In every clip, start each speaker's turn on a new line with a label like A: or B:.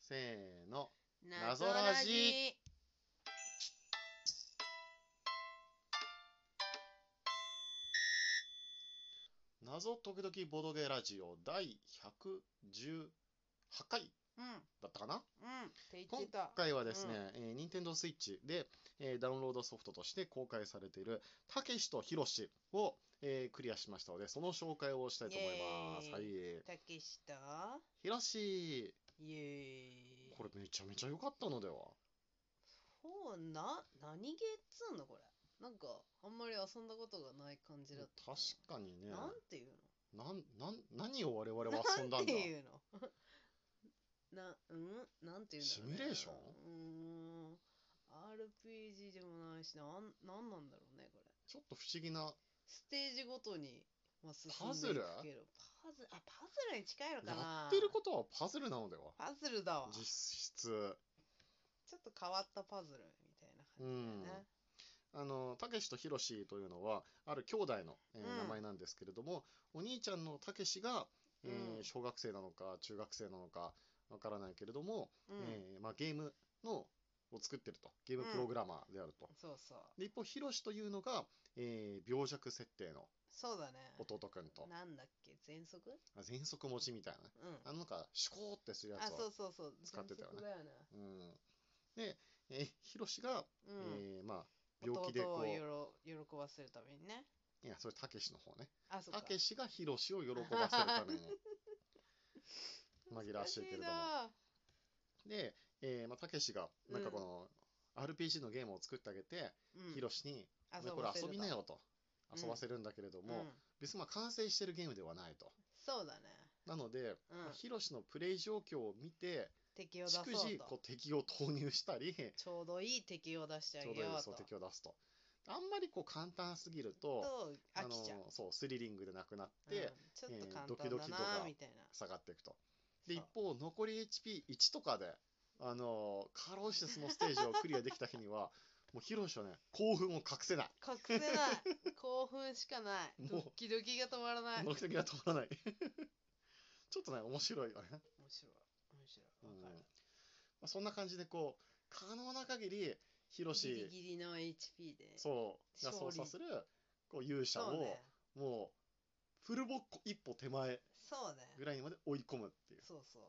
A: せーの。謎
B: 謎ラ
A: ラ
B: ジ
A: ジ謎時々ボドゲラジオ第118回
B: うんうん
A: だったかな
B: って言
A: 今
B: ってた
A: 回はですね、えー、Nintendo Switch で、えーダウンロードソフトとして公開されている「たけしとひろし」を、えークリアしましたのでその紹介をしたいと思います。は
B: イ
A: い、
B: たけした
A: ひろし
B: イエーイ
A: これめちゃめちゃ良かったのでは
B: ほうな何ゲーっつうのこれなんかあんまり遊んだことがない感じだった
A: 確かにね
B: なんていうの
A: なんなん何を我々は遊ん
B: な
A: だ
B: ん
A: んだ
B: ていうのな、うんなんていうんだ
A: シ
B: ろうね
A: ミュレーション
B: うーん。RPG でもないし、なん、なんなんだろうね、これ。
A: ちょっと不思議な
B: ステージごとに、まあ、進
A: パズ
B: ん
A: ル
B: でいくけど、パズル、あ、パズルに近いのかな
A: やってることはパズルなのでは
B: パズルだわ。
A: 実質
B: ちょっと変わったパズルみたいな感じだよね。
A: あのたけしとひろしというのはある兄弟の、えー
B: うん
A: 名前なんですけれども、お兄ちゃんのたけしが、えー
B: うん
A: 小学生なのか中学生なのかわからないけれども、
B: うん。
A: えーまあ、ゲームのを作ってるとゲーム
B: うん
A: プログラマーであると、
B: そうそう。
A: で一方ひろしというのが、えー、病弱設定の
B: そうだね。
A: 弟くんと、
B: なんだっけ、喘息
A: あ喘息持ちみたいなね
B: うん。
A: あのなんかシュコーってするや
B: あ、
A: つ
B: そ
A: を
B: うそうそう。
A: 使ってたよね
B: 喘息だよね。
A: うん、で、えー、ひろしが、
B: うん。
A: えーまあ、病気でこう
B: 弟を喜喜ばせるためにね。
A: いやそれたけしの方ね
B: あ、そうか
A: た。けしがヒロシを喜ばせるため に紛らわしいけれどもで、えーまあ、たけしがなんかこの、RPG のゲームを作ってあげて、
B: も
A: ヒロシに、
B: あ
A: ね、これ遊びなよと
B: うん
A: 遊ばせるんだけれども、別にまあ完成してるゲームではないと
B: そうだね。
A: なので、
B: うん
A: まあ、ヒロシのプレイ状況を見て
B: 敵を出そ
A: 逐
B: う。
A: 次ことう敵を投入したりち
B: ちょうどいい敵を出してあ
A: ょう
B: げ
A: どい
B: よ
A: いうそう敵
B: と。
A: を出すとあんまりこう簡単すぎると
B: と
A: あ
B: 飽きちゃう。
A: のそうスリリングでなくなっ
B: うん
A: て、
B: ちょっ
A: え
B: と
A: ー
B: 簡
A: ドキド
B: 単
A: キ
B: だ
A: と
B: な
A: か
B: みたいな。
A: 下がっていくとで、
B: そ
A: 一
B: う
A: 方、残り HP1 とかで、あのー、かろうじてそのステージをクリアできた日には、 もうヒロシはね、興奮を隠せない。
B: 隠せない 興奮しかない
A: も
B: ド
A: う
B: キドキが止まらない面
A: 目的が止まらない。 ちょっとね、面白いよね。
B: 白い面白
A: う
B: い
A: ん
B: わか
A: ま
B: る
A: あ、そんな感じで、こう、可能な限り、ヒロ
B: ギリ
A: シ、
B: ギリの HP で
A: そう、が操
B: 勝
A: 作
B: 利
A: する、こう、勇者
B: そう
A: を
B: ね、
A: もう、フルボッコ一歩手前
B: そうね
A: ぐらいまで追い込むっていう。
B: そうそう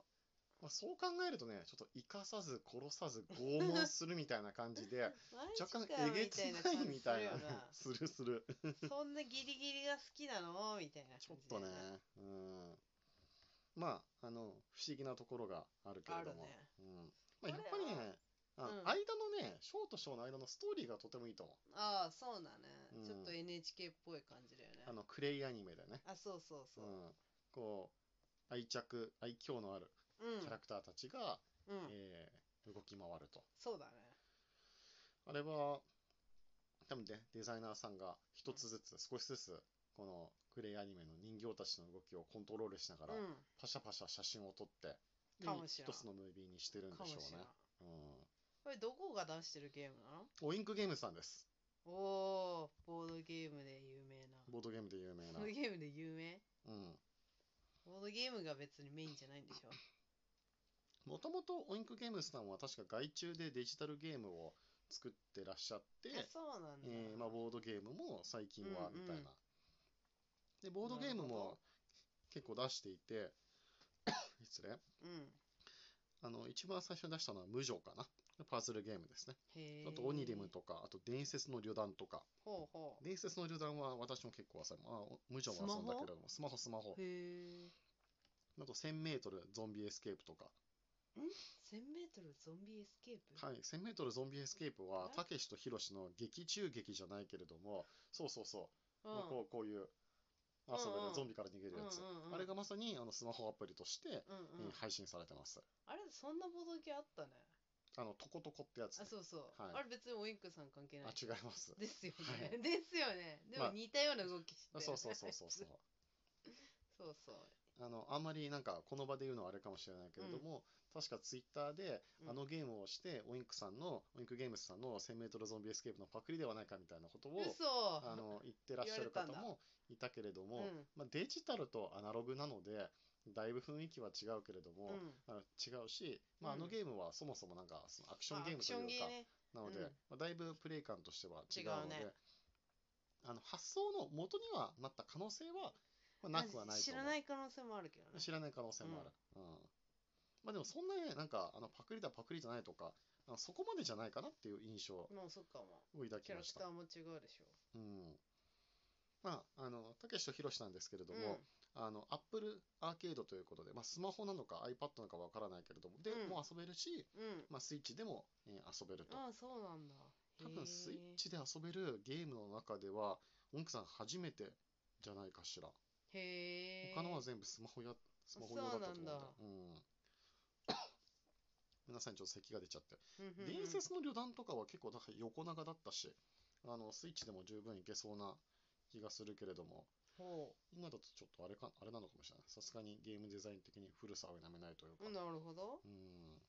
A: まあ、そう考えるとね、ちょっと生かさず殺さず拷問するみたいな感じで、
B: マジ
A: 若干
B: か
A: えげつないみたいな
B: 感じ
A: するする
B: するよなそんなギリギリが好きなのみたいな
A: ちょ
B: 感
A: っ
B: じだ
A: と
B: よ
A: ね
B: ね
A: うんまああの不思議なところがあるけ
B: あ
A: れ
B: る
A: ど
B: ね
A: も、うんまあ、やっぱり
B: これ
A: ねあ
B: うん
A: 間のねショーとショーの間のストーリーがとてもいいと思
B: ああそうだね、
A: うん
B: ちょっと NHK っぽい感じだよね
A: うあのクレイアニメでね、
B: あそうそう
A: う
B: そ
A: ん
B: う、
A: こう愛着愛嬌のある
B: うん
A: キャラクターたちが、
B: うん
A: えー動き回ると
B: そうだね
A: あれは多分ねデザイナーさんが一つずつ少しずつこのクレイアニメの人形たちの動きをコントロールしながら
B: う
A: パシャパシャ写真を撮って、で
B: かもしれん
A: 一つのムービーにしてるん
B: ん
A: で
B: かも
A: しょ
B: し
A: う
B: れ
A: ね
B: ない。これどこが出してるゲームなの
A: うん、おインクゲームズさんです。
B: おおボードゲームで有名な
A: ボードゲームで有名な。
B: ボードゲームで有名
A: うん。
B: ボードゲームが別にメインじゃないんでしょ
A: もともとオインクゲームズさんは確か外注でデジタルゲームを作ってらっしゃって、
B: あそうなんだ、
A: えーまあ、ボードゲームも最近は
B: うんうん
A: みたいな。で、ボードゲーム
B: なるほ
A: も結構出していて、 失礼。
B: うん
A: あの、一番最初に出したのは無情かな。パズルゲームですね。
B: へえ
A: あと、オニリムとか、あと、伝説の旅団とか。
B: ほうほう
A: 伝説の旅団は私も結構遊び、まあ、お無情も遊んだけれども、スマホ、スマホ。
B: へえ
A: あと1000メートルゾンビエスケープとか。
B: 1000m ゾンビエスケープ
A: はい、1000メートルゾンビエスケープは
B: え、
A: たけしとひろしの劇中劇じゃないけれども、そうそうそう、まあこうこういう遊べ
B: うんう
A: る
B: ん
A: ゾンビから逃げるやつ。
B: うんうんうん
A: あれがまさにあのスマホアプリとして
B: うん
A: え
B: うん
A: ー配信されてます。
B: あれそんなボードゲあったね
A: あの、トコトコってやつ。
B: あそうそう、
A: はい
B: あれ別にオインクさん関係な
A: あ
B: い、
A: 違います。
B: ですよね、
A: は
B: ですよねで
A: ま
B: も
A: あ
B: 似たような動きして、。
A: あそうそうそうそうそう
B: そうそう
A: あの、あんまりなんかこの場で言うのはあれかもしれないけれども、確かツイッターで
B: うん
A: あのゲームをして、オインクさんの、オインクゲームズさんの1000メートルゾンビエスケープのパクリではないかみたいなことを、
B: 嘘
A: あの言ってらっしゃる
B: 言われたん
A: 方
B: だ
A: もいたけれども、
B: うん
A: まあ、デジタルとアナログなのでだいぶ雰囲気は違うけれども、
B: うん
A: あの違うし、まあ、あ
B: うん
A: のゲームはそもそもなんかそのアクションゲームと
B: まあアク
A: いう
B: ションゲ
A: か、
B: ーね
A: なので、
B: うん
A: まあ、だいぶプレイ感としては違うので、
B: 違うね
A: あの発想の元にはなった可能性は、まあなくはないと
B: 知
A: 思
B: ら
A: う。
B: ない可能性もあるけどね
A: 知らない可能性もある。うんまあ、でもそんなね、なんかあのパクリだパクリじゃないとか、あのそこまでじゃないかなっていう印象を
B: もうそっかも
A: 抱
B: キ
A: き
B: ャラ
A: まし
B: ク
A: た
B: タ。ーも違うでしょ
A: うんまあ、あの、たけしとひろしなんですけれど
B: う
A: も、
B: ん
A: あの、Apple アーケードということで、まあ、スマホなのか iPad なのかわからないけれども、で、
B: うん
A: もう遊べるし、
B: うん
A: まあ、スイッチでも、えー遊べると。
B: ああそうなんだ
A: 多
B: へえ
A: 分スイッチで遊べるゲームの中では、音楽さん初めてじゃないかしら。
B: へえ
A: 他のは全部スマホや、スマホ用だったと思うんだよ。うん。 皆さんちょっと咳が出ちゃって。伝説の旅団とかは結構なんか横長だったし、あの、スイッチでも十分いけそうな気がするけれども、
B: ほ
A: 今だとちょっとあれか、あれなのかもしれない。さすがにゲームデザイン的に古さを否めないというか。
B: うなるほど
A: うん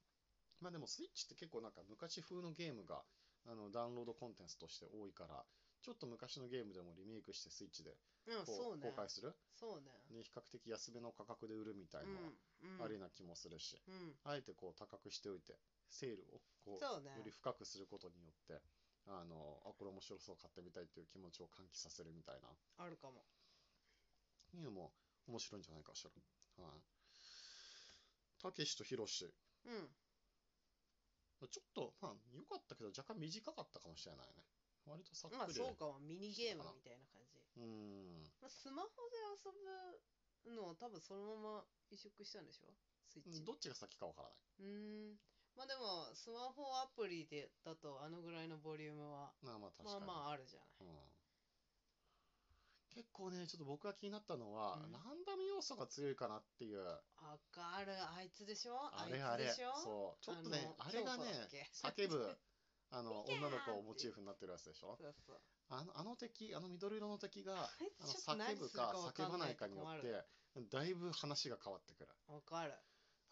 A: まあでもスイッチって結構なんか昔風のゲームがあのダウンロードコンテンツとして多いから、ちょっと昔のゲームでもリメイクしてスイッチで
B: うん
A: こう
B: そうね
A: 公開する、
B: そうね
A: で、比較的安めの価格で売るみたいなのは
B: うんうん
A: ありな気もするし、
B: うん
A: あえてこう高くしておいて、セールをこう
B: そうね
A: より深くすることによって、あのあこれ面白そう買ってみたいという気持ちを喚起させるみたいな
B: あるかも
A: いうのも面白いんじゃないかしら。はいたけしとひろし、
B: うん
A: ちょっと、まあ、良かったけど、若干短かったかもしれないね。割とさっ
B: まあ
A: くり。
B: そうかもミニゲームみたいな感じ
A: うーん。
B: まあスマホで遊ぶのは多分そのまま移植したんでしょスイッチ
A: どっちが先かわからない。
B: うーんまあでもスマホアプリでだとあのぐらいのボリュームは
A: まあまあ、確
B: ま
A: か
B: あ
A: に。
B: まああるじゃない
A: うん、結構ね、ちょっと僕が気になったのは、
B: うん
A: ランダム要素が強いかなっていう。
B: わかるあいつでしょ
A: あれあれ。
B: いつでしょ
A: そう。ちょっとね、
B: あの
A: あれが
B: 京子だ
A: ね
B: っけ、
A: 叫ぶ、あの、
B: いやー
A: 女の子をモチーフになってるやつでしょ。
B: そうそう
A: あの、あの敵、あの緑色の敵が、
B: あい
A: あの
B: つちょっと
A: 叫
B: 何
A: ぶ
B: するか
A: か
B: 分か
A: 叫ば
B: んな
A: ないい
B: と
A: かによ
B: 困
A: っ
B: る
A: て、だいぶ話が変わってくる。
B: わかる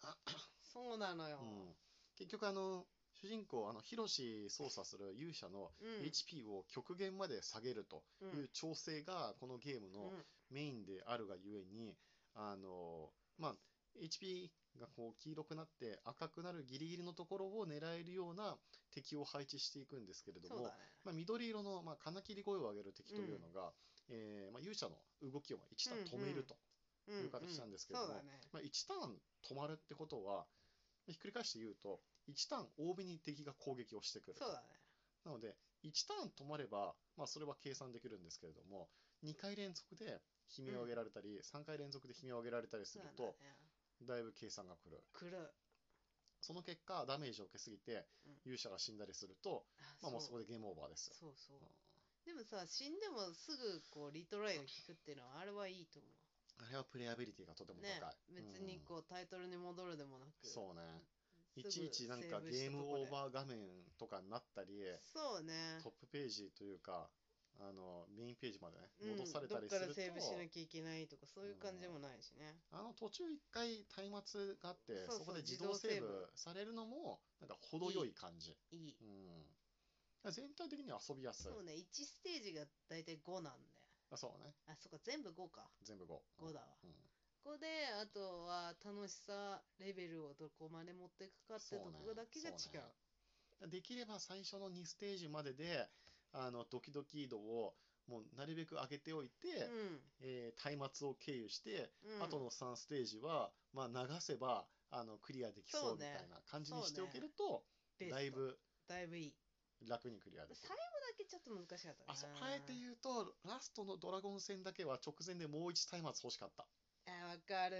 A: あ
B: そうなのよ
A: うん結局あの主人公あのヒロシ操作する勇者の
B: うん
A: HP を極限まで下げると
B: うん
A: いう調整がこのゲーム
B: う
A: の
B: ん
A: メインであるがゆえにあのまあ HP がこう黄色くなって赤くなるギリギリのところを狙えるような敵を配置していくんですけれど
B: そう
A: も
B: だね
A: まあ緑色のまあ金切り声を上げる敵というのがえーまあ勇者の動きを1ターン止めると
B: うん
A: いう形なんですけれ
B: そ
A: ど
B: う
A: も
B: だね
A: まあ、1ターン止まるってことは、ひっくり返して言うと、1ターン多めに敵が攻撃をしてくると。
B: そうだね
A: なので、1ターン止まれば、まあ、それは計算できるんですけれども、2回連続で悲鳴を上げられたり、3回連続で悲鳴を上げられたりす
B: そう
A: る
B: なんだね
A: と、だいぶ計算がくる。
B: くる
A: その結果、ダメージを受けすぎて
B: うん、
A: 勇者が死んだりすると、まあ、もうそこでゲームオーバーですよ。
B: そうそうでもさ死んでもすぐこうリトライが効くっていうのはあれはいいと思う
A: あれはプレイアビリティがとても高い
B: ね。別に
A: うん
B: こうタイトルに戻るでもなく
A: そうね。
B: す
A: い
B: ぐ
A: ちいちなん
B: セ
A: か
B: ーブし
A: ゲ
B: た
A: ーム
B: とこ
A: オ
B: で
A: ーバー画面とかになったり、
B: そうね
A: トップページというか、あのメインページまでね、
B: うん
A: 戻されたりす
B: どっ
A: る
B: からセーブしな
A: と、
B: きゃいけないとかそういう感じでもないしね
A: あの途中一回松明があって
B: そ
A: そこ
B: うそう
A: で自
B: 自動
A: 動セー
B: セー
A: ブ
B: ブ
A: されるのも、なんか程よい感じ。
B: いい
A: うん、全体的には遊びやすい。
B: そうね1ステージが大体5なんで
A: あそうね、
B: あそっか全部5か
A: 全部5。
B: 5だわ
A: うん
B: 5であとは楽しさレベルをどこまで持っていくかってとこだけが違う
A: そうねそうねできれば最初の2ステージまでで、あのドキドキ度をもうなるべく上げておいて、えー、松明を経由して、
B: うん、うん、
A: あとの3ステージは、まあ、流せばあのクリアできそう
B: そう
A: み
B: ね
A: たいな感じに
B: そう
A: してお
B: ね
A: けると、
B: ベスト
A: だいぶ
B: だいぶいい
A: 楽にクリアできる
B: 最後だ。けちょっと難しかったな
A: あそうあえて言うと、ラストのドラゴン戦だけは直前でもう1松明欲しかった、
B: あわかる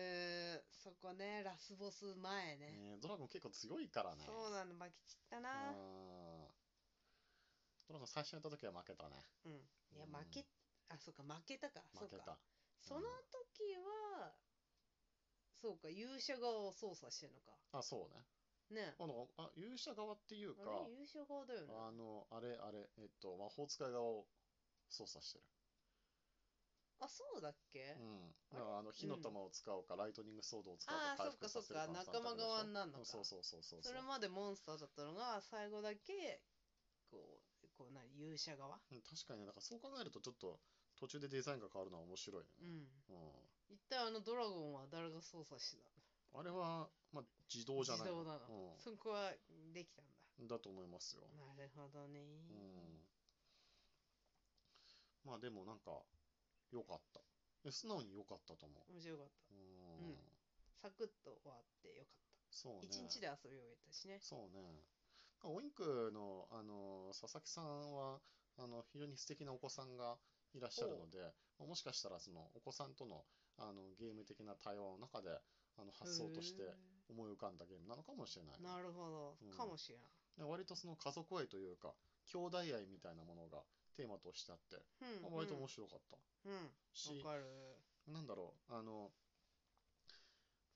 B: そこねラスボス前
A: ね
B: ね
A: ドラゴン結構強いからね。
B: そうなの負けちったな
A: うんドラゴン最初やった時は負けたね。
B: うんいや
A: うん
B: 負けあそうか負けたかそ
A: 負
B: う
A: け
B: か
A: た。
B: その時はそうか勇者側を操作してるのか
A: あ、そうね。
B: ね
A: あのあ勇者側っていう
B: あ
A: か、
B: れ勇者側だよね
A: あの、あれ、あれ、えっと、魔法使い側を操作してる。
B: あそうだっけ
A: う
B: あ
A: ん、だからあ
B: れ
A: の火の玉を使おうか、ライトニングソードを使おう
B: あー
A: か回復させる
B: そっかそっか
A: 簡単でしょ
B: 仲間側になるのか
A: そうそうそうそう
B: そうれまでモンスターだったのが最後だけこうこう何勇者側
A: うん確かにねだからそう考えるとちょっと途中でデザインが変わるのは面白いよね、
B: う
A: う
B: ん
A: ん
B: 一体あのドラゴンは誰が操作してた
A: あれは、まあ、自動じゃない
B: 自動なの、そこはできたん
A: うん、だ
B: だ
A: と思いますよ。
B: なるほどね、
A: うん、まあでもなんか良かったえ素直に良かったと思う
B: 面白かった
A: うん、
B: うんサクッと終わってよかっ
A: そう
B: た
A: ね
B: 一、日で遊び終えたしね
A: そうねまあオインクの、あの佐々木さんはあの非常に素敵なお子さんがいらっしゃるのでまあもしかしたらそのお子さんとのあのゲーム的な対話の中であの発想として
B: へ
A: 思い浮かんだゲームなのかもしれない
B: ーなるほ
A: うん
B: どかもしれない
A: で割とその家族愛というか兄弟愛みたいなものがテーマとしてあって、
B: う
A: ま
B: ん
A: あ、割と
B: うん
A: 面白かった
B: うん
A: し、
B: わかる
A: なんだろう、あの、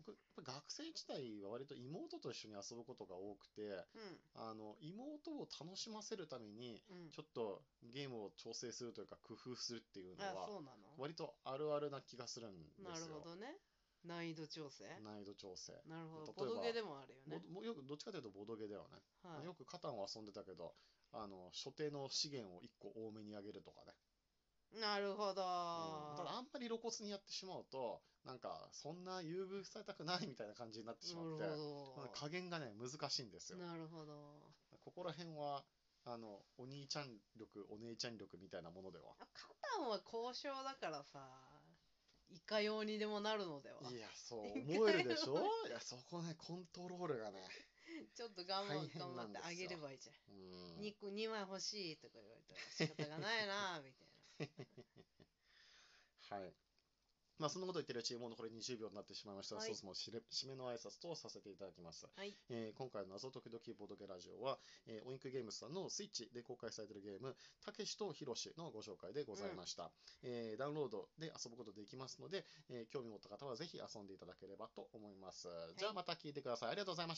A: 僕、やっぱ学生時代は割と妹と一緒に遊ぶことが多くて、
B: う
A: あ
B: ん
A: の、妹を楽しませるために、
B: うん
A: ちょっとゲームを調整するというか、工夫するっていうの
B: あ
A: は、
B: そうなの
A: 割とあるあるな気がするんですよ。
B: なるほどね難易度調整
A: 難易度調整。
B: なるほど
A: 例え
B: ボ
A: ば
B: ドゲでもあるよ
A: ぼぼ
B: ね
A: よく、どっちかというとボドゲだよね。
B: はい
A: よくカタンを遊んでたけど、あの、所定の資源を1個多めにあげるとかね。
B: なるほど
A: うんただあんまり露骨にやってしまうと、なんか、そんな優遇されたくないみたいな感じになってしまって、
B: なるほ
A: まあ
B: ど
A: 加減がね、難しいんですよ。
B: なるほど
A: ここら辺は、あの、お兄ちゃん力、お姉ちゃん力みたいなものでは。
B: カタンは交渉だからさいかようにでもなるのではい
A: や、そう思えるでし ょいや、そこね、コントロールがね。
B: ちょっと我慢
A: 大変
B: 頑
A: な
B: 張っ
A: ん
B: て
A: ですよ
B: あげればいいじゃん
A: う
B: 2
A: ん。
B: 個2枚欲しいとか言われたら仕方がないなみたい
A: はい。まあ、そんなこと言ってるうちにもう残り20秒になってしまいました。
B: はい
A: そろそろ締め締めの挨拶とさせていただきます。
B: なはい
A: えー今回の謎解きドキボードゲラジオは、えーオインクゲームズさんのスイッチで公開されているゲーム、たけしとひろしのご紹介でございました、えーダウンロードで遊ぶことできますので、えー興味持った方はぜひ遊んでいただければと思います。じゃあまた聞いてください。ありがとうございました。